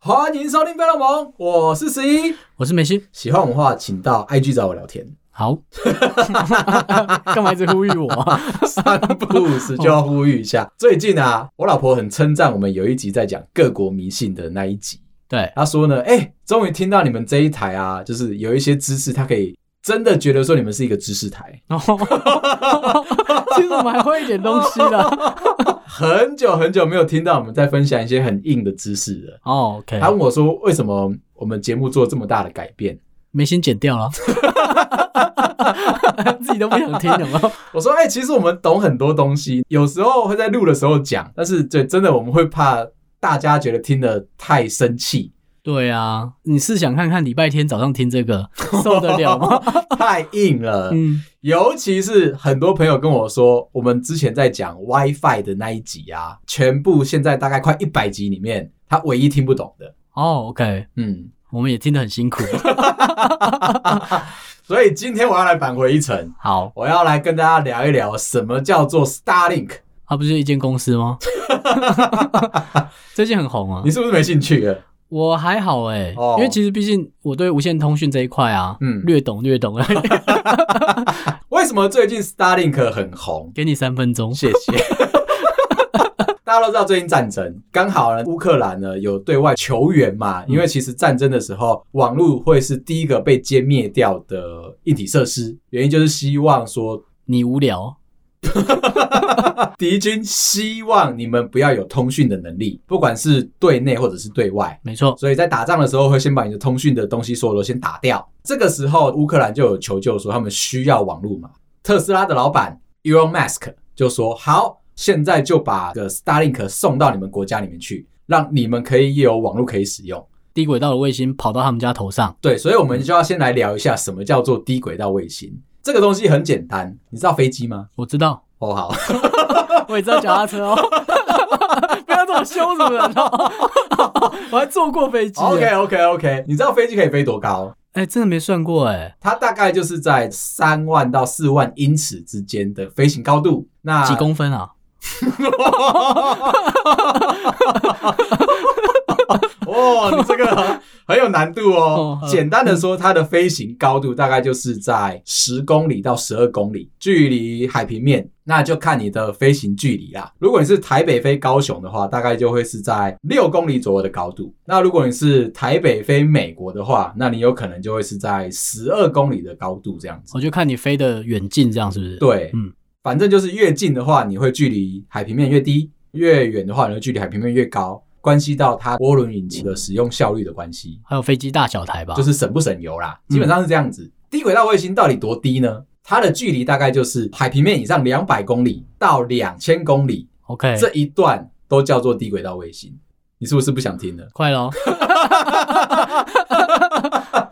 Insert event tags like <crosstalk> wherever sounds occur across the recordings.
欢迎收听《贝洛蒙》，我是十一。我是梅西。喜欢我的话，请到 IG 找我聊天，好，干嘛一直呼吁我啊？三不五时就要呼吁一下。最近啊，我老婆很称赞我们有一集在讲各国迷信的那一集，对，她说呢，哎、终于听到你们这一台啊，就是有一些知识，她可以真的觉得说你们是一个知识台。然后 <laughs> 其实我们还会一点东西的。很久很久没有听到我们在分享一些很硬的知识了。哦，OK，她问我说，为什么我们节目做这么大的改变？梅心剪掉了， <laughs> 自己都不想听了吗？我说，哎、其实我们懂很多东西，有时候会在录的时候讲，但是对，真的我们会怕大家觉得听得太生气，对啊，你试想看看礼拜天早上听这 <laughs> 个受得了吗？ <laughs> 太硬了。嗯，尤其是很多朋友跟我说，我们之前在讲 WiFi 的那一集啊，全部现在大概快一百集里面，他唯一听不懂的，哦，OK，嗯。我们也听得很 <laughs> 辛苦。所以今天我要来返回一层，好，我要来跟大家聊一聊什么叫做 Starlink。它啊不是一间公司 <laughs> 吗？最近很红啊你，是不是没兴趣了？我还好哎、哦因为其实毕竟我对无线通讯这一块啊，嗯略懂 <laughs> 略懂。为什么最近 Starlink 很红？给你三分钟，谢谢。 <laughs> 大家都知道最近战争，刚好呢，乌克兰呢有对外求援嘛，因为其实战争的时候，网络会是第一个被歼灭掉的硬体设施，原因就是希望说你无聊。敌军希望你们不要有通讯的能力，不管是对内或者是对外。没错，所以在打仗的时候，会先把你的通讯的东西所有都先打掉。这个时候，乌克兰就有求救说他们需要网络嘛。特斯拉的老板 Elon Musk 就说：“好，现在就把这个 Starlink 送到你们国家里面去，让你们可以有网络可以使用。低轨道的卫星跑到他们家头上”，对，所以我们就要先来聊一下什么叫做低轨道卫星。这个东西很简单，你知道飞机吗？我知道， <laughs> 哦，好，我也知道脚踏车哦， <laughs> 不要这么羞辱人哦， <laughs> 我还坐过飞机耶。哦 OK 啊 OK OK，你知道飞机可以飞多高？哎、真的没算过哎、它大概就是在三万到四万英尺之间的飞行高度。那几公分啊？哦，你这 <laughs> 个很有难度哦哦。好简单的说，它的飞行高度大概就是在十公里到十二公里，距离海平面，那就看你的飞行距离啦。如果你是台北飞高雄的话，大概就会是在六公里左右的高度。那如果你是台北飞美国的话，那你有可能就会是在十二公里的高度这样子。我就看你飞的远近这样是不是？，对，嗯反正就是越近的话，你会距离海平面越低；越远的话，你会距离海平面越高，关系到它涡轮引擎的使用效率的关系，还有飞机大小台吧？就是省不省油啦。嗯基本上是这样子。低轨道卫星到底多低呢？它的距离大概就是海平面以上两百公里到两千公里 OK，这一段都叫做低轨道卫星。你是不是不想听了？快喽。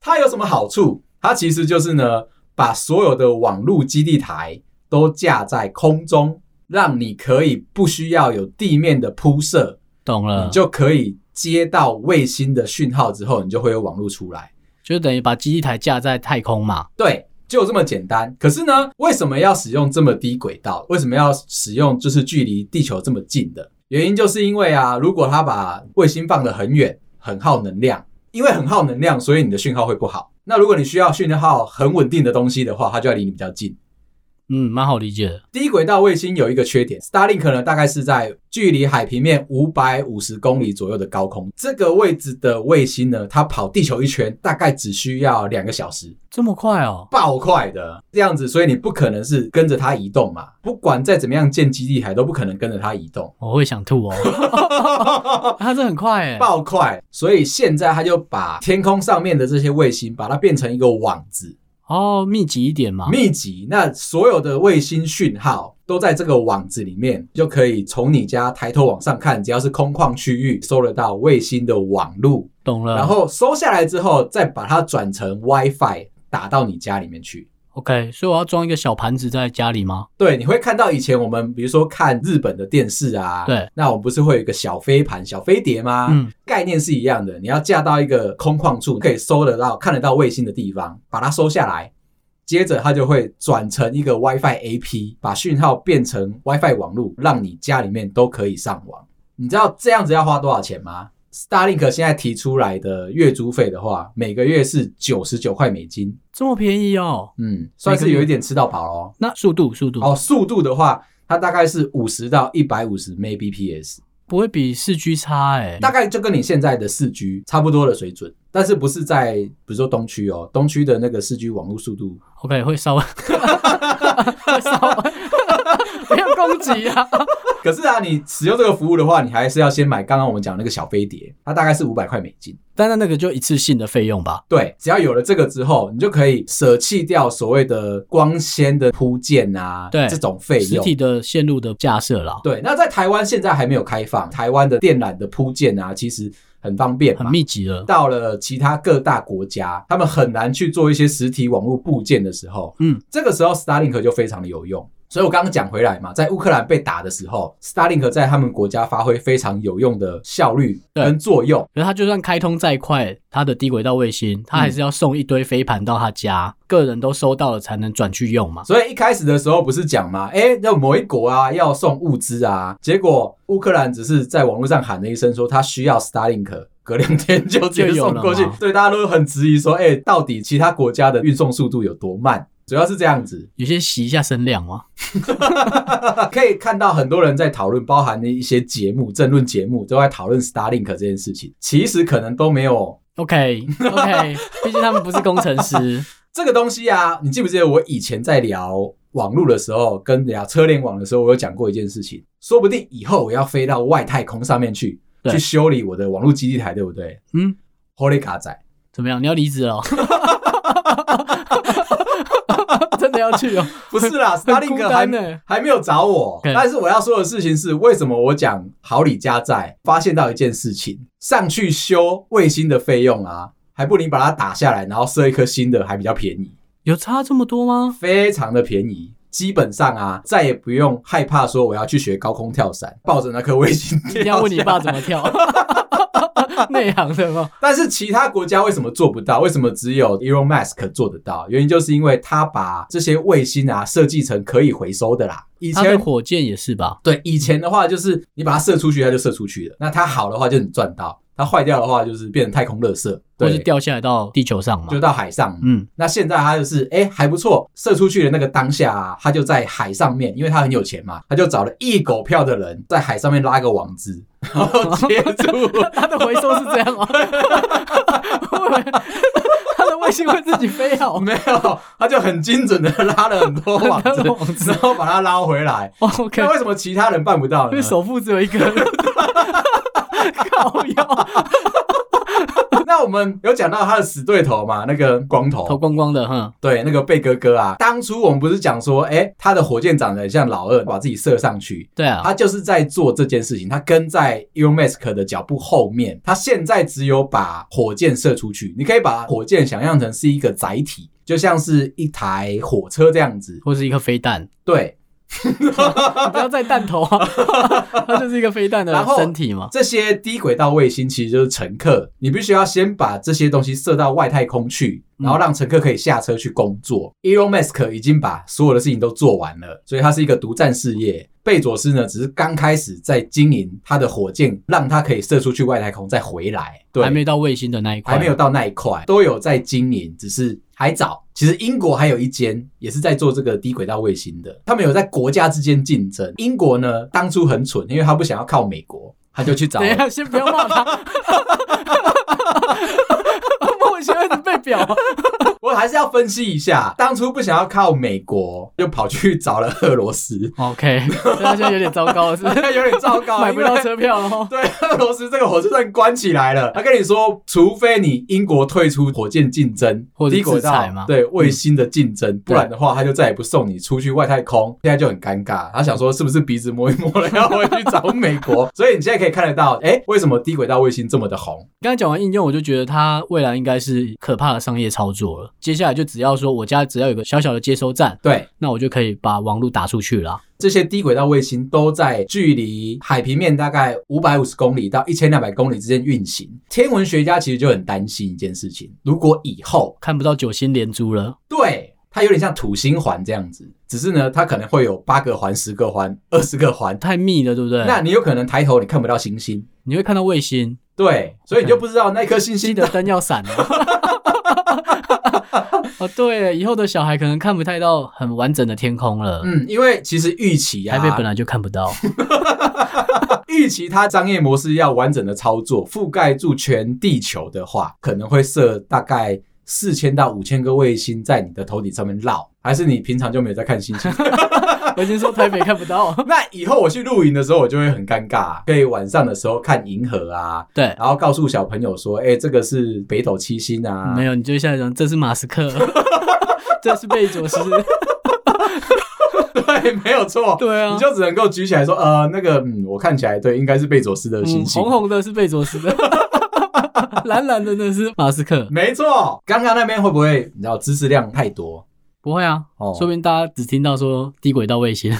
它有什么好处？它其实就是呢，把所有的网络基地台都架在空中，让你可以不需要有地面的铺设，懂了，你就可以接到卫星的讯号之后，你就会有网络出来。就等于把基地台架在太空嘛。对，就这么简单。可是呢，为什么要使用这么低轨道？为什么要使用就是距离地球这么近的？原因就是因为啊，如果它把卫星放得很远，很耗能量，因为很耗能量，所以你的讯号会不好。那如果你需要讯号很稳定的东西的话，它就要离你比较近。嗯，蛮好理解的。低轨道卫星有一个缺点，Starlink 呢大概是在距离海平面五百五十公里左右的高空，这个位置的卫星呢，它跑地球一圈大概只需要两个小时。这么快哦？爆快的这样子，所以你不可能是跟着它移动嘛，不管再怎么样建基地台都不可能跟着它移动，我会想吐 <laughs> 哦。它这很快哎、爆快。所以现在它就把天空上面的这些卫星，把它变成一个网子，哦，密集一点嘛。密集。那所有的卫星讯号都在这个网子里面，就可以从你家抬头往上看，只要是空旷区域，收得到卫星的网路，懂了。然后收下来之后，再把它转成 WiFi 打到你家里面去。 OK，所以我要装一个小盘子在家里吗？对，你会看到以前我们比如说看日本的电视啊，对，那我们不是会有一个小飞盘、小飞碟吗？嗯，概念是一样的。你要架到一个空旷处，可以收得到、看得到卫星的地方，把它收下来，接着它就会转成一个 WiFi AP，把讯号变成 WiFi 网路，让你家里面都可以上网。你知道这样子要花多少钱吗？Starlink 现在提出来的月租费的话，每个月是九十九块美金，这么便宜哦。嗯，算是有一点吃到饱喽。那速度速度、哦，速度的话，它大概是五十到一百五十 mbps，不会比四 G 差哎、大概就跟你现在的四 G 差不多的水准，但是不是在比如说东区哦，东区的那个四 G 网络速度， <laughs> OK 会稍微会稍微不要攻击啊。可是啊，你使用这个服务的话，你还是要先买刚刚我们讲那个小飞碟，它大概是五百块美金。但那那个就一次性的费用吧。对，只要有了这个之后，你就可以舍弃掉所谓的光纤的铺建啊，对这种费实用。体的线路的架设啦，对，那在台湾现在还没有开放，台湾的电缆的铺建啊，其实很方便嘛，很密集了。到了其他各大国家，他们很难去做一些实体网络部件的时候，嗯，这个时候 Starlink 就非常的有用。所以我刚刚讲回来嘛，在乌克兰被打的时候，Starlink 在他们国家发挥非常有用的效率对跟作用。可是它就算开通再快，它的低轨道卫嗯星，它还是要送一堆飞盘到他家，个人都收到了才能转去用嘛。所以一开始的时候不是讲嘛，诶，要某一国啊要送物资啊，结果乌克兰只是在网络上喊了一声说他需要 Starlink。隔两天就直接就有送了过去嘛，对大家都很质疑说，诶，到底其他国家的运送速度有多慢？主要是这样子，有些洗一下声量嘛。 <laughs> 可以看到很多人在讨论，包含一些节目、政论节目都在讨论 Starlink 这件事情。其实可能都没有 OK <laughs> OK，毕竟他们不是工程 <laughs> 师。这个东西啊。你记不记得我以前在聊网络的时候，跟聊车联网的时候，我有讲过一件事情，说不定以后我要飞到外太空上面去，对去修理我的网络基地台，对不对嗯， ？Holy 嘎仔，怎么样？你要离职 <laughs> 了哦、真的要去哦？ <laughs> 不是啦很孤，Starlink 还单呢。还没有找我。 OK 但是我要说的事情是，为什么我讲好礼加在？发现到一件事情，上去修卫星的费用啊，还不如你把它打下来，然后设一颗新的，还比较便宜，有差这么多吗？非常的便宜。基本上啊，再也不用害怕说我要去学高空跳伞，抱着那颗卫星一定要问你爸怎么。么 <laughs> 跳，内行的哦吗？ <laughs> 但是其他国家为什么做不到？为什么只有 Elon Musk 做得到？原因就是因为他把这些卫星啊设计成可以回收的啦。以他前的火箭也是吧？对，以前的话就是你把它射出去，它就射出去了。那它好的话就是你赚到，它坏掉的话就是变成太空垃圾，或是对，掉下来到地球上嘛就？到海上。嗯，那现在它就是哎、诶还不错，射出去的那个当下、啊，它就在海上面，因为它很有钱嘛，他就找了一狗票的人在海上面拉个网子，然后接住。它的回收是这样 <laughs> 吗？它的卫星会自己飞哦好？哦 <laughs> 没有，他就很精准的拉了很多网拉了网子，子然后把它捞回来。哦，OK，那为什么其他人办不到因呢为？首富只有 <laughs> 一个人，靠腰，那我们有讲到他的死对头嘛，那个光头，头光光的，哼，对，那个贝哥哥啊，当初我们不是讲说，哎、他的火箭长得很像老二，把自己射上去，对啊，他就是在做这件事情，他跟在 Elon Musk 的脚步后面，他现在只有把火箭射出去，你可以把火箭想象成是一个载体，就像是一台火车这样子，或是一颗飞弹，对， <laughs> 你不要再弹 <laughs> 头啊，它就是一个飞弹的然后身体嘛。这些低轨道卫星其实就是乘客，你必须要先把这些东西射到外太空去，嗯然后让乘客可以下车去工作。Elon Musk 已经把所有的事情都做完了，所以它是一个独占事业。贝佐斯呢，只是刚开始在经营他的火箭，让它可以射出去外太空再回来。对，还没到卫星的那一块，还没有到那一块，都有在经营，只是还早。其实英国还有一间也是在做这个低轨道卫星的，他们有在国家之间竞争。英国呢，当初很蠢，因为他不想要靠美国，他就 <laughs> 去找等一下，先不要骂他。 <laughs> 莫文轩一直被表，，我还是要分析一下，当初不想要靠美国，就跑去找了俄罗斯 OK，所以 <laughs> 他现在有点糟糕了，是不现是？在有点糟糕，买不因到为。车票了哦。对，俄罗斯这个火车站关起来了。他跟你说，除非你英国退出火箭竞争，或者低轨制裁道嘛嗯对卫星的竞争，不然的话，他就再也不送你出去外太空。现在就很尴尬，他想说是不是鼻子摸一摸了，要回去找美国？ <laughs> 所以你现在可以看得到，哎，为什么低轨道卫星这么的红？刚才讲完应用，我就觉得它未来应该是可怕的商业操作了。接下来就只要说我家只要有个小小的接收站，对，那我就可以把网络打出去了。这些低轨道卫星都在距离海平面大概五百五十公里到一千两百公里之间运行。天文学家其实就很担心一件事情：如果以后看不到九星连珠了，对它有点像土星环这样子，只是呢，它可能会有八个环、十个环、二十个环，太密了，对不对？那你有可能抬头你看不到星星，你会看到卫星，对，所以你就不知道那颗星记星得的。灯要闪 <laughs> 哦。哦，对，以后的小孩可能看不太到很完整的天空了。嗯，因为其实预期啊，台北本来就看 <laughs> 不到，预期它商业模式要完整的操作，覆盖住全地球的话，可能会设大概四千到五千个卫星在你的头顶上面绕，还是你平常就没有在看 <laughs> 星星？我已经说台北看 <laughs> 不到。那以后我去露营的时候，我就会很尴尬、啊可以晚上的时候看银河啊，对，然后告诉小朋友说：“哎、这个是北斗七星啊。”没有，你就像讲这是马斯克，这是贝佐斯， <laughs> 对，没有错。对啊你就只能够举起来说：“呃，那个，嗯，我看起来对，应该是贝佐斯的星嗯星。红红的是贝 <laughs> 佐斯的，蓝蓝的那是马斯克。没错，刚刚那边会不会你知道知识量太多？不会啊，哦说不定大家只听到说低轨道 <laughs> 卫星， <laughs>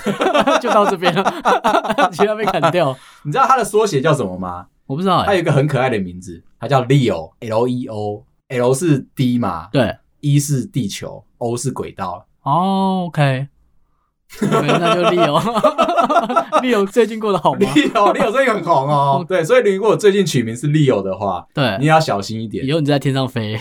就到这边了， <laughs> 其他被砍掉。你知道它的缩写叫什么吗？我不知道、它欸，有一个很可爱的名字，它叫 Leo，L E O，L 是 D 嘛对， ，E 是地球，O 是轨 <laughs> 道。哦，OK，, o k 那就 <laughs> Leo，Leo 最近过得好吗？ Leo，Leo 最近很红哦。 <laughs> 对，所以如果最近取名是 Leo 的话，你对，也要小心一点以。后你在天上飞，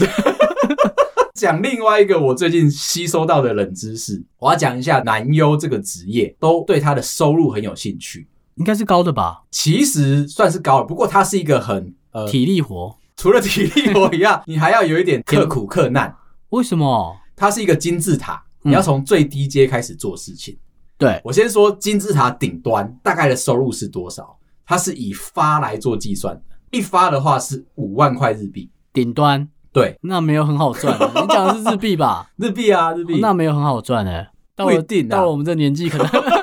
讲另外一个我最近吸收到的冷知识，我要讲一下男优这个职业，都对他的收入很有兴趣。应该是高的吧？其实算是高了，不过他是一个很呃，体力活，除了体力活一样，你还要有一点刻苦克难。为什么？它是一个金字塔，你嗯要从最低阶开始做事情。对，我先说金字塔顶端大概的收入是多少？它是以发来做计算的，一发的话是五万块日币。顶端对，那没有很好赚的，你讲的是日币 <laughs> 吧？日币啊，日币。那没有很好赚哎、到不一了定啊到了我们这年纪可能 <laughs>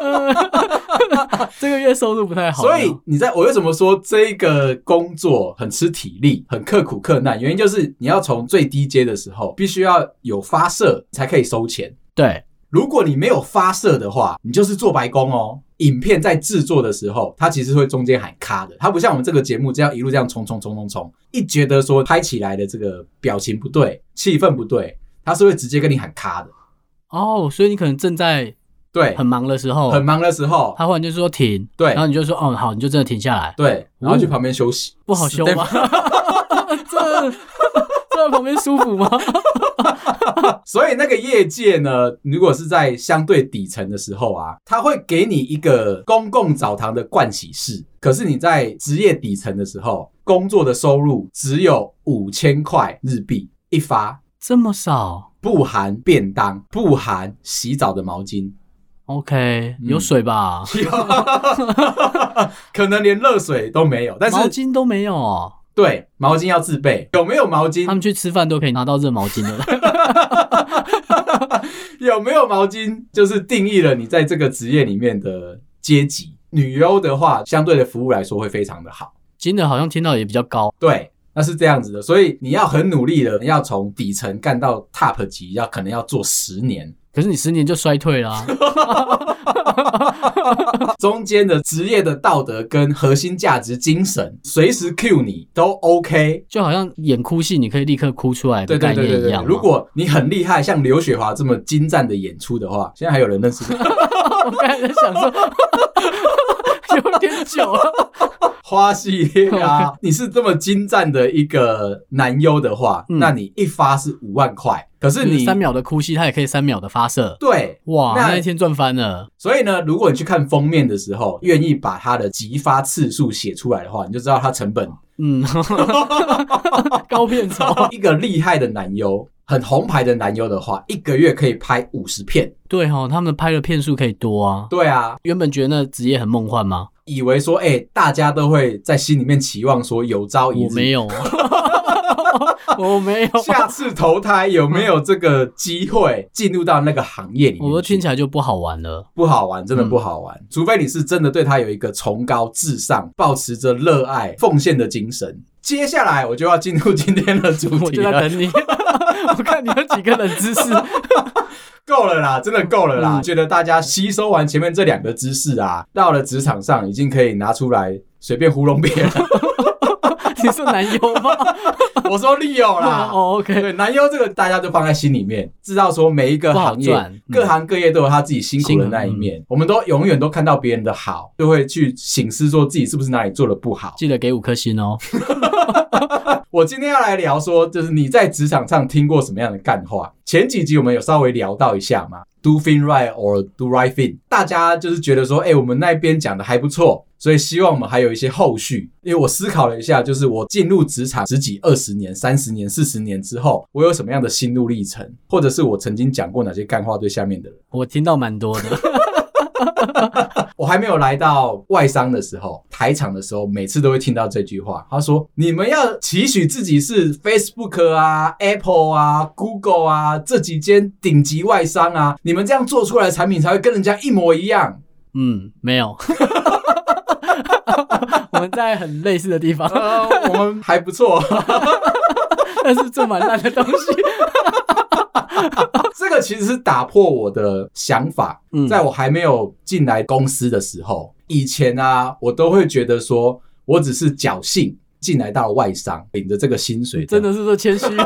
呃。这个月收入不太好，所以你在我为什么说这个工作很吃体力、很刻苦克难？原因就是你要从最低阶的时候，必须要有发射才可以收钱。对如果你没有发射的话，你就是做白工哦。影片在制作的时候，它其实会中间喊咔的，它不像我们这个节目这样一路这样冲冲冲冲冲，一觉得说拍起来的这个表情不对、气氛不对，它是会直接跟你喊咔的。哦，所以你可能正在对，很忙的时候，很忙的时候，他忽然就说停，对然后你就说哦好，你就真的停下来，对，然后去旁边休息，不好修吗 Step-？ <laughs> 这这在旁边舒服吗？所以那个业界呢，如果是在相对底层的时候啊，他会给你一个公共澡堂的盥洗室。可是你在职业底层的时候，工作的收入只有五千块日币一发， <laughs> 这么少不含便当，不含洗澡的毛巾， <laughs> ，OK，嗯有水吧？可能连热水都没有。但毛是巾都没有哦，对毛巾要自备，有没有毛巾他？们去吃饭都可以拿到热毛巾的， <laughs> <laughs> 有没有毛巾，就是定义了你在这个职业里面的阶级。女优的话，相对的服务来说会非常的好。金的好像听到也比较高，对，那是这样子的，所以你要很努力的，要从底层干到 top 级，要可能要做十年。可是你十年就衰退啦、 <laughs> 中间的职业的道德跟核心价值精神，随时 cue 你都 OK。就好像演哭戏，你可以立刻哭出来的对对概对念对一对样，嘛。如果你很厉害，像刘雪华这么精湛的演出的话，现在还有人认识你 <laughs> 我刚才在想说， <laughs> 有点 <laughs> 久了，花系列 <laughs> 啊，你是这么精湛的一个男优的话，嗯那你一发是五万块，可是就是你三秒的哭戏，它也可以三秒的发射，对哇，那那一天赚翻了。所以呢，如果你去看封面的时候，愿意把它的集发次数写出来的话，你就知道它成 <laughs> 本。 <laughs> 嗯，高片酬，一个厉害的男优，很红牌的男优的话，一个月可以拍五十片。对哦，他们拍的片数可以多啊。对啊，原本觉得那职业很梦幻吗？以为说，哎、大家都会在心里面期望说，有朝一我没日。 <laughs> 有哦，我没有，下次投胎有没有这个机会进入到那个行业里面去？我都听起来就不好玩了。不好玩，嗯真的不好玩。除非你是真的对他有一个崇高至上、保持着热爱、奉献的精神。接下来我就要进入今天的主题了。 <laughs> 我就在等你，我看你有几个冷 <laughs> 知识，够了啦，真的够了啦！嗯觉得大家吸收完前面这两个知识啊，到了职场上已经可以拿出来随便糊弄别 <laughs> 人。你说男优吗？我说利友啦，哦，OK，对男优这个大家就放在心里面，知道说每一个行不好业赚、嗯各行各业都有他自己辛苦的那一面，我们都永远都看到别人的好，就会去醒思说自己是不是哪里做的不好。记得给五颗星哦。我今天要来聊说，就是你在职场上听过什么样的干话？前几集我们有稍微聊到一下嘛，do thing right or do right thing，大家就是觉得说，哎、我们那边讲的还不错，所以希望我们还有一些后续。因为我思考了一下，就是我进入职场十几、二十年、三十年、四十年之后，我有什么样的心路历程，或者是我曾经讲过哪些干话对下面的人。我听到蛮多的，我还没有来到外商的时候，台场的时候，每次都会听到这句话。他说：“你们要期许自己是 Facebook 啊、Apple 啊、Google 啊这几间顶级外商啊，你们这样做出来的产品才会跟人家一模一 <laughs> 样。嗯，没有。 <laughs> 我们在很类似 <laughs> 的地方，呃”我们还不错，但是做蛮烂的东西。 <laughs> 这个其实是打破我的想法。嗯在我还没有进来公司的时候，以前啊，我都会觉得说我只是侥幸进来到外商，领着这个薪水，真的是说谦虚， <laughs>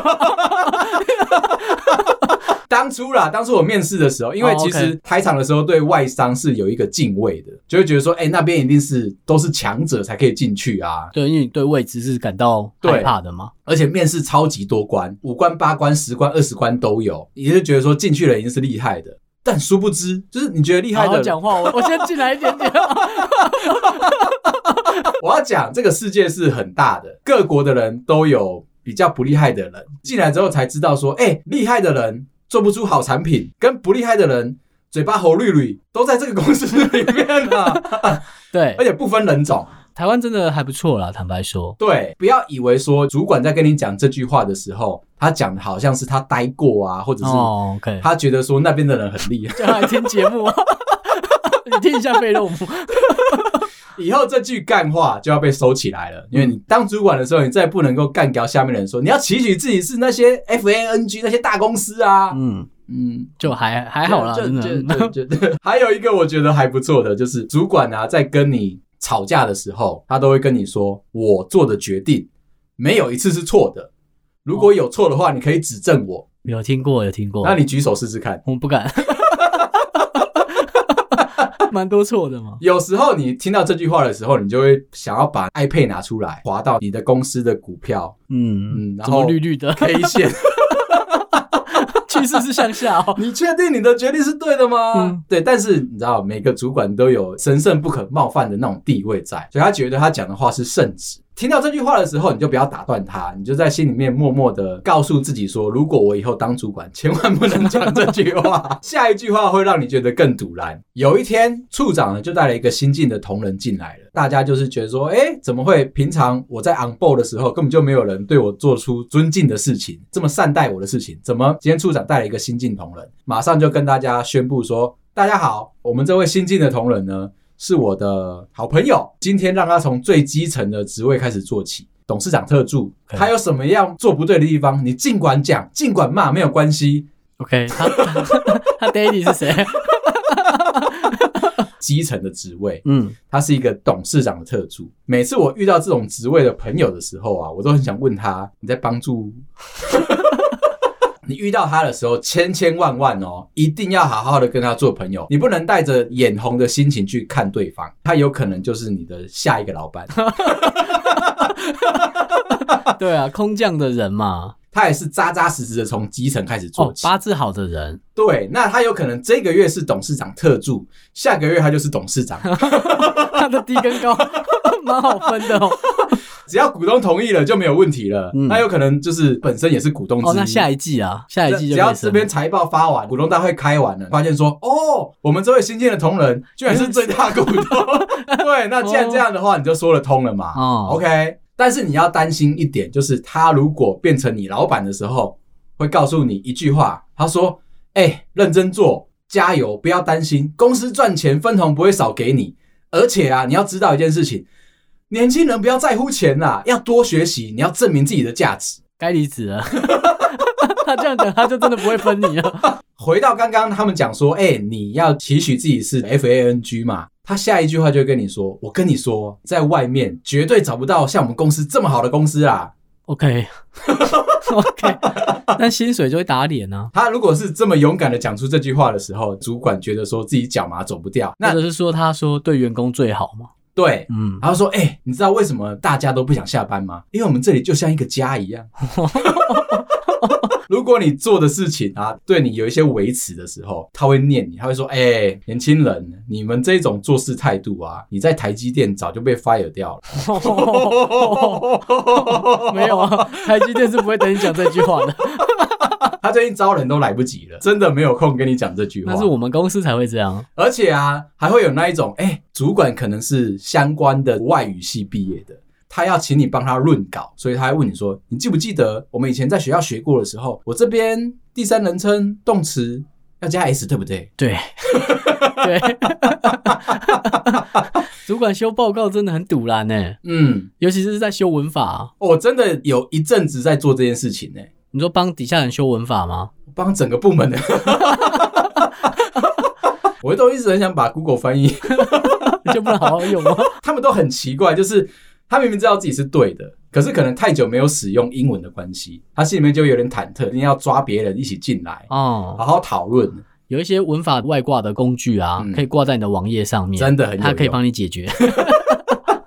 当初啦，当初我面试的时候，因为哦其实 OK 开场的时候对外商是有一个敬畏的，就会觉得说，哎、那边一定是都是强者才可以进去啊。对，因为你对未知是感到害怕的嘛。而且面试超级多关，五关、八关、十关、二十关都有，你就觉得说进去了一定是厉害的。但殊不知，就是你觉得厉害好好的，讲话，我我先进来一 <laughs> 点点。我要讲这个世界是很大的，各国的人都有比较不厉害的人，进来之后才知道说，哎、厉害的人做不出好产品，跟不厉害的人嘴巴猴绿绿都在这个公司里面啊呢、对而，且不分人种。台湾真的还不错啦，坦白说，对，不要以为说主管在跟你讲这句话的时候，他讲的好像是他待过啊，或者是哦，OK，他觉得说那边的人很厉害。 <laughs> 叫他来听节 <laughs> 目，你听一下费洛姆，以后这句干话就要被收起来了，因为你当主管的时候，你再也不能够干掉下面的人说你要期许自己是那些 FANG 那些大公司啊。嗯，嗯，就还还好啦，就真的。就就就 <laughs> 还有一个我觉得还不错的，就是主管啊，在跟你吵架的时候，他都会跟你说：“我做的决定没有一次是错的，如果有错的话，你可以指正我。 <laughs> 有听过，有听过，那你举手试试看。我不 <laughs> 敢，蛮多错的嘛。有时候你听到这句话的时候，你就会想要把 iPad 拿出来，划到你的公司的股票嗯嗯然怎么后绿绿的 K 线。 <laughs> 趋势是向下哦。你确定你的决定是对的吗？嗯对，但是你知道，每个主管都有神圣不可冒犯的那种地位在，所以他觉得他讲的话是圣旨。听到这句话的时候，你就不要打断他，你就在心里面默默的告诉自己说：如果我以后当主管，千万不能讲这句话。 <laughs> 下一句话会让你觉得更堵然。有一天，处长呢就带了一个新进的同仁进来了，大家就是觉得说：哎，怎么会？平常我在 on board 的时候，根本就没有人对我做出尊敬的事情，这么善待我的事情，怎么今天处长带了一个新进同仁，马上就跟大家宣布说：大家好，我们这位新进的同仁呢，是我的好朋友，今天让他从最基层的职位开始做起，董事长特助。 OK 他有什么样做不对的地方，你尽管讲，尽管骂，没有关系。 OK，他 <laughs> 他 daddy 是谁？基层的职位，嗯，他是一个董事长的特助。每次我遇到这种职位的朋友的时候啊，我都很想问他：你在帮助？ <laughs> 你遇到他的时候，千千万万哦，一定要好好的跟他做朋友。你不能带着眼红的心情去看对方，他有可能就是你的下一个老板。 <laughs> 对啊，空降的人嘛，他也是扎扎实实的从基层开始做哦，起。八字好的人，对，那他有可能这个月是董事长特助，下个月他就是董事 <laughs> 长。他的低跟高蛮好分的哦。只要股东同意了就没有问题了。嗯那有可能就是本身也是股东之一。哦，那下一季啊，下一只季只就要可以这升边财报发完，股东大会开完了，发现说，哦，我们这位新进的同仁居然是最大股 <laughs> 东。对，那既然这样的话，你就说得通了嘛。哦 OK，但是你要担心一点，就是他如果变成你老板的时候，会告诉你一句话，他说：“哎、认真做，加油，不要担心，公司赚钱分红不会少给你。而且啊，你要知道一件事情，年啊轻人不要在乎钱啦，要多学习，你要证明自己的价值。”该离职了。 <laughs> 他这样讲，他就真的不会分你了。回到刚刚他们讲说，哎、你要期许自己是 F A N G 嘛，他下一句话就会跟你说，我跟你说，在外面绝对找不到像我们公司这么好的公司啊。 <laughs> OK，OK，、但 <laughs> 薪水就会打脸啊。他如果是这么勇敢的讲出这句话的时候，主管觉得说自己脚麻走不掉，或那者是说，他说对员工最好嘛？对，嗯，然后说，哎、你知道为什么大家都不想下班吗？因为我们这里就像一个家一样。 <laughs> 如果你做的事情啊，对你有一些维持的时候，他会念你，他会说：“哎、年轻人，你们这种做事态度啊，你在台积电早就被 fire 掉了。 <laughs> <laughs> 没有啊，台积电是不会等你讲这句话的，他最近招人都来不及了，真的没有空跟你讲这句话。那是我们公司才会这样。而且啊，还会有那一种，哎、主管可能是相关的外语系毕业的，他要请你帮他润稿，所以他会问你说，你记不记得我们以前在学校学过的时候，我这边第三人称动词要加 s，对不对？对，对， <laughs> 主管修报告真的很堵然呢，嗯，哦尤其是在修文法、啊我真的有一阵子在做这件事情呢、你说帮底下人修文法吗？ <laughs> 我帮整个部门的。 <laughs> 我都一直很想把 Google 翻译，就不能好好用啊吗？他们都很奇怪，就是他明明知道自己是对的，可是可能太久没有使用英文的关系，他心里面就有点忐忑，一定要抓别人一起进来，哦，好好讨论。有一些文法外挂的工具啊，嗯可以挂在你的网页上面，真的很有用它可以帮你解决。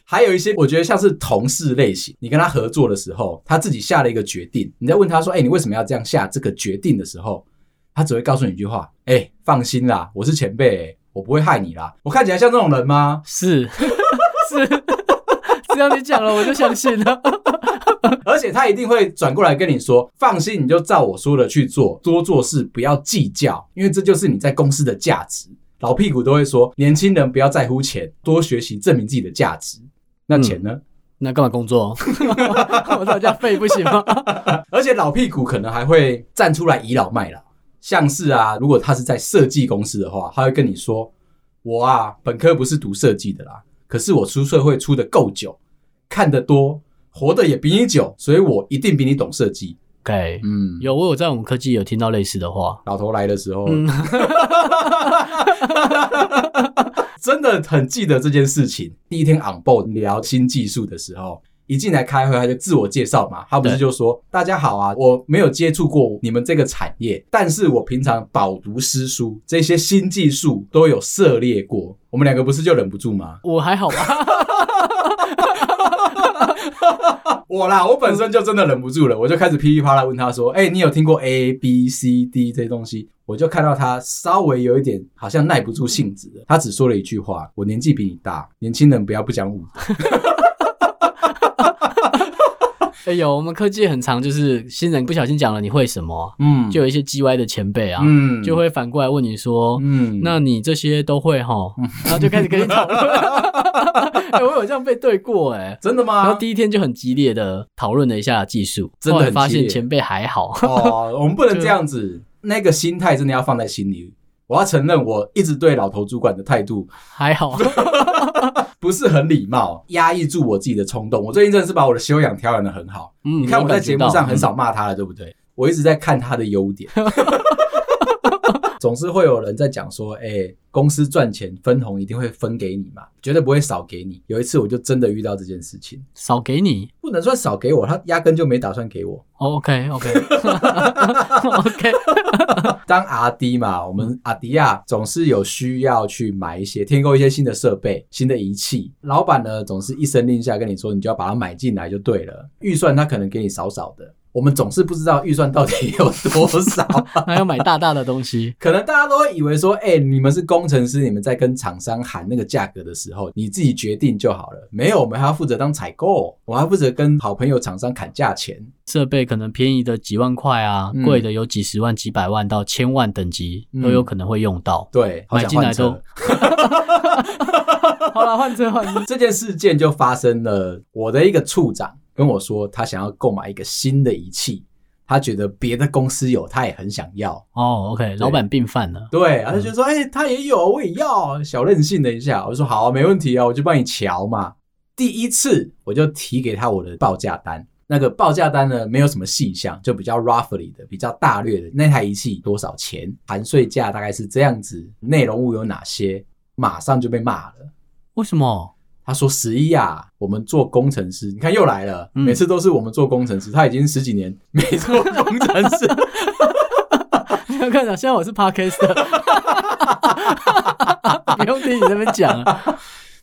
还有一些我觉得像是同事类型，你跟他合作的时候，他自己下了一个决定，你在问他说：“哎、你为什么要这样下这个决定？”的时候，他只会告诉你一句话：“哎、放心啦，我是前辈、我不会害你啦。”我看起来像这种人吗？是是，只要你讲了，我就相信了。而且他一定会转过来跟你说：“放心，你就照我说的去做，多做事，不要计较，因为这就是你在公司的价值。”老屁股都会说：“年轻人不要在乎钱，多学习，证明自己的价值。”那钱呢？那干嘛工作？ <laughs> 我在家废不 <laughs> 行吗？而且老屁股可能还会站出来倚老卖老，像是啊，如果他是在设计公司的话，他会跟你说：“我啊，本科不是读设计的啦，可是我出社会出的够久，看得多，活得也比你久，所以我一定比你懂设计。 OK，” 嗯，有我有在我们科技有听到类似的话。老头来的时候，嗯真的很记得这件事情。第一天 on board 聊新技术的时候，一进来开会他就自我介绍嘛，他不是对就说：“大家好啊，我没有接触过你们这个产业，但是我平常饱读诗书，这些新技术都有涉猎过。”我们两个不是就忍不住吗？我还好吧， <laughs> 我啦，我本身就真的忍不住了，我就开始噼里啪啦问他说：“哎、你有听过 A B C D 这些东西？”我就看到他稍微有一点好像耐不住性子了，他只说了一句话：“我年纪比你大，年轻人不要不讲武德。哎呦，我们科技很长，就是新人不小心讲了你会什么啊、”嗯，就有一些 G Y 的前辈啊，嗯就会反过来问你说，嗯那你这些都会哈，然后就开始跟你讨论。 <laughs> 哎，我有这样被对过哎、真的然吗后？第一天就很激烈的讨论了一下技术，啊真的后来很发激烈现前辈还好， <laughs> 哦，我们不能这样子，那个心态真的要放在心里。我要承认，我一直对老头主管的态度还好，不是很礼貌，压抑住我自己的冲动。我最近真的是把我的修养调养的很好。<laughs> 嗯你看我在节目上很，感少骂他了，对不对？我一直在看他的优 <laughs> 点。总是会有人在讲说，哎、公司赚钱分红一定会分给你嘛，绝对不会少给你。有一次我就真的遇到这件事情，觉到嗯少给你。不能算少给我，他压根就没打算给我。 OK <laughs> OK OK，当 R D 嘛，我嗯们阿迪亚总是有需要去买一些添购一些新的设备、新的仪器。老板呢，总是一声令下跟你说，你就要把它买进来就对了。预算他可能给你少少的，我们总是不知道预算到底有多少。啊还要买大大的东西， <laughs> 可能大家都会以为说，哎、你们是工程师，你们在跟厂商喊那个价格的时候，你自己决定就好了。没有，我们还要负责当采购，我还要负责跟好朋友厂商砍价钱。设备可能便宜的几万块啊嗯，贵的有几十万、几百万到千万等级嗯都有可能会用 <laughs> 到。对，好买想进来换都车。好了，换车换车。这件事件就发生了，我的一个处长跟我说，他想要购买一个新的仪器，他觉得别的公司有，他也很想要。 <laughs> 哦，OK，老板病犯了。对，然后就说，哎、他也有，我也要，小任性了一下。啊我就说好、没问题啊，我就帮你瞧嘛。第一次我就提给他我的报价单，那个报价单呢，没有什么细项，就比较 roughly 的，比较大略的。那台仪器多少钱？含税价大概是这样子。内容物有哪些？马上就被骂了。为什么？他说：“十一啊，我们做工程师，你看又来了，嗯每次都是我们做工程师，他已经十几年 <laughs> 没做工程师。 <laughs> 你要看到现在我是 podcast，不用听你这边讲了。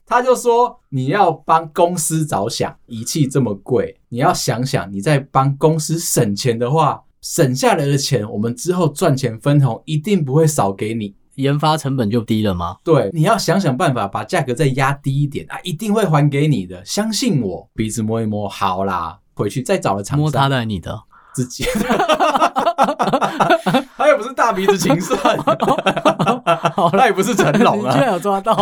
他就说你要帮公司着想，仪器这么贵，你要想想你在帮公司省钱的话，省下来的钱，我们之后赚钱分红一定不会少给你。研发成本就低了吗？对，你要想想办法把价格再压低一点啊，一定会还给你的，相信我。鼻子摸一摸，好啦，回去再找了厂摸他商的，你的，自己。 <laughs> 他又不是大鼻子情圣，好了，啊他也不是成 <laughs> 你龙啊居。然有抓到。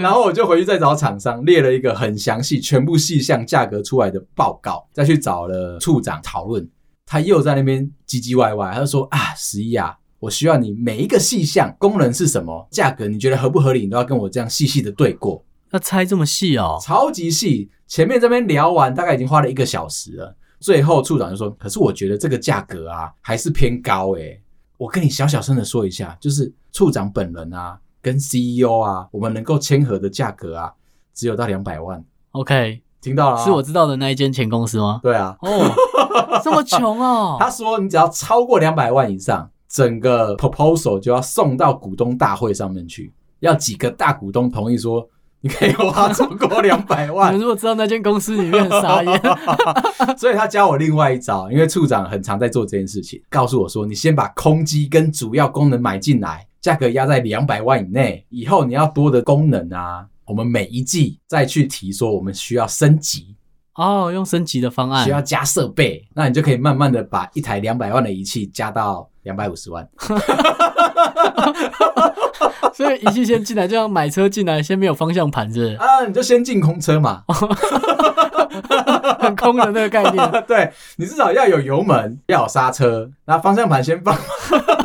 然后我就回去再找厂商列了一个很详细、全部细项价格出来的报告，再去找了处长讨论。他又在那边唧唧歪歪，他就说啊，十一啊，我需要你每一个细项功能是什么，价格你觉得合不合理，你都要跟我这样细细的对过，要猜这么细哦，超级细。前面这边聊完，大概已经花了一个小时了。最后处长就说：“可是我觉得这个价格啊，还是偏高诶、我跟你小小声的说一下，就是处长本人啊，跟 CEO 啊，我们能够签合的价格啊，只有到两百万。 OK，听到了、啊？是我知道的那一间前公司吗？对啊。 <laughs> 哦，这么穷哦。他说你只要超过两百万以上，整个 proposal 就要送到股东大会上面去，要几个大股东同意说你可以花超过两百你万们。如果知道那间公司，你会很傻眼。 <laughs> 所以他教我另外一招，因为处长很常在做这件事情，告诉我说，你先把空机跟主要功能买进来，价格压在两百万以内，以后你要多的功能啊，我们每一季再去提说我们需要升级，哦，用升级的方案需，要加设备，那你就可以慢慢的把一台两百万的仪器加到两百五十万。所以仪器先进来，就像买车进来，先没有方向盘，是 <laughs> 啊，你就先进空车嘛，不是很空的那个概念。对你至少要有油门，要有刹车，那方向盘先放，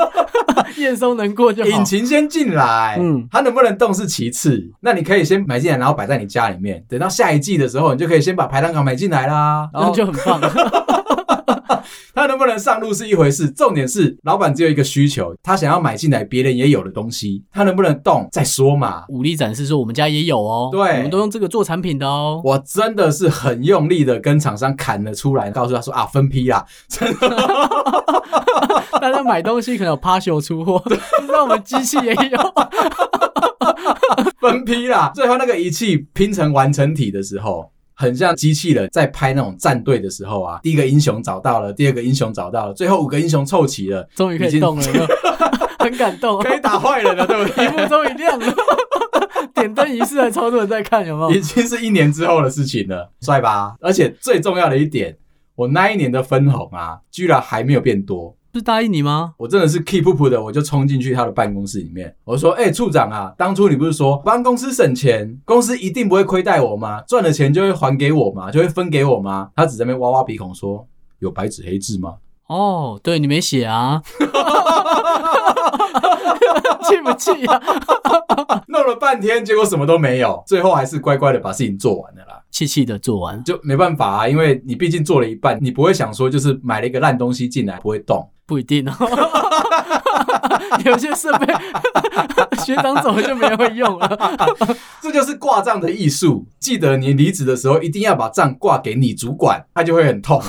<laughs> 验收能过就好引。擎先进来，嗯它能不能动是其次，那你可以先买进来，然后摆在你家里面，等到下一季的时候，你就可以先把排档卡买进来啦。然那后就很棒，它能不能上路是一回事，重点是老板只有一个需求，他想要买进来别人也有的东西，他能不能动再说嘛。武力展示说我们家也有哦，对我们都用这个做产品的哦。我真的是很用力的跟厂商砍了出来，告诉他说啊分批啦，大家买东西可能有趴手出货，知道我们机器也有，分批啦。最后那个仪器拼成完成体的时候，很像机器人在拍那种战队的时候啊，第一个英雄找到了，第二个英雄找到了，最后五个英雄凑齐了，终于可以动了，有没有 <laughs> 很感动，可以打坏人了，对不 <laughs> 屏幕对？终于亮了。点灯仪式还超多人在看，有没有已？经是一年之后的事情了，帅吧？而且最重要的一点，我那一年的分红啊，居然还没有变多。不是答应你吗？我真的是 keep up 的，我就冲进去他的办公室里面，我说：“哎、处长啊，当初你不是说帮公司省钱，公司一定不会亏待我吗？赚了钱就会还给我吗？就会分给我吗？”他只在那边挖挖鼻孔说：“有白纸黑字吗哦，对你没写啊，气不气啊？？”弄了半天，结果什么都没有，最后还是乖乖的把事情做完了啦。气气的做完，就没办法啊，因为你毕竟做了一半，你不会想说就是买了一个烂东西进来不会动，不一定哦。有些设备 <laughs> 学长走了就没人会用了，这就是挂账的艺术。记得你离职的时候一定要把账挂给你主管，他就会很痛。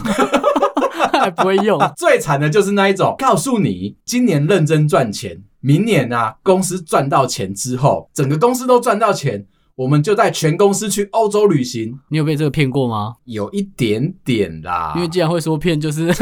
还不会用。最惨的就是那一种，告诉你今年认真赚钱，明年啊公司赚到钱之后，整个公司都赚到钱，我们就带全公司去欧洲旅行。你有被这个骗过吗？有一点点啦，因为既然会说骗，就是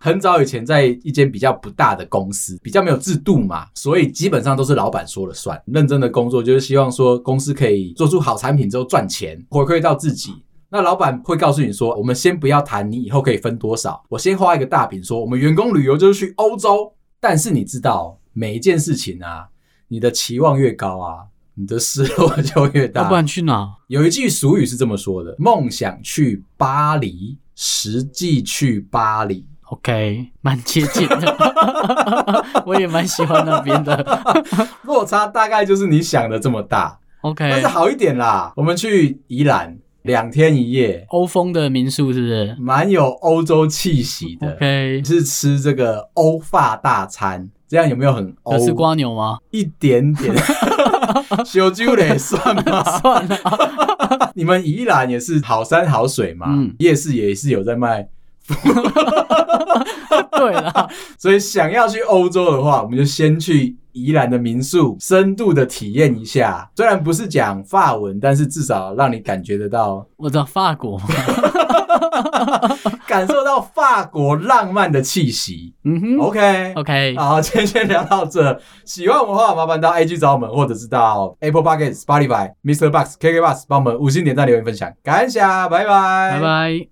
很早以前在一间比较不大的公司，比较没有制度嘛，所以基本上都是老板说了算。认真的工作就是希望说公司可以做出好产品之后赚钱，回馈到自己。那老板会告诉你说，我们先不要谈你以后可以分多少，我先画一个大饼说，我们员工旅游就是去欧洲。但是你知道，每一件事情啊，你的期望越高啊，你的失落就越大。 <laughs> 要不然去哪？有一句俗语是这么说的：梦想去巴黎，实际去巴黎。 OK，蛮接近 <laughs> 的，我也蛮喜欢那边的。落差大概就是你想的这么大，但 OK，是好一点啦。我们去宜兰，两天一夜，欧风的民宿是不是蛮有欧洲气息的。 ？OK，是吃这个欧法大餐，这样有没有很欧？有吃瓜牛吗？ <laughs> 一点点，小酒嘞算吗？ <laughs> 算了， <laughs> 你们宜兰也是好山好水嘛，嗯夜市也是有在卖，对了，所以想要去欧洲的话，我们就先去宜兰的民宿，深度的体验一下。虽然不是讲法文，但是至少让你感觉得到，我知道法国嘛，感受到法国浪漫的气息。嗯哼 OK。 ，OK，哦好，今天 <laughs> 先聊到这。喜欢我们的话，麻烦到 IG 找我们，或者是到 Apple Podcast、Spotify、Mr. Box、KK Box 啊帮我们五星点赞、留言、分享，感谢，拜拜，拜拜。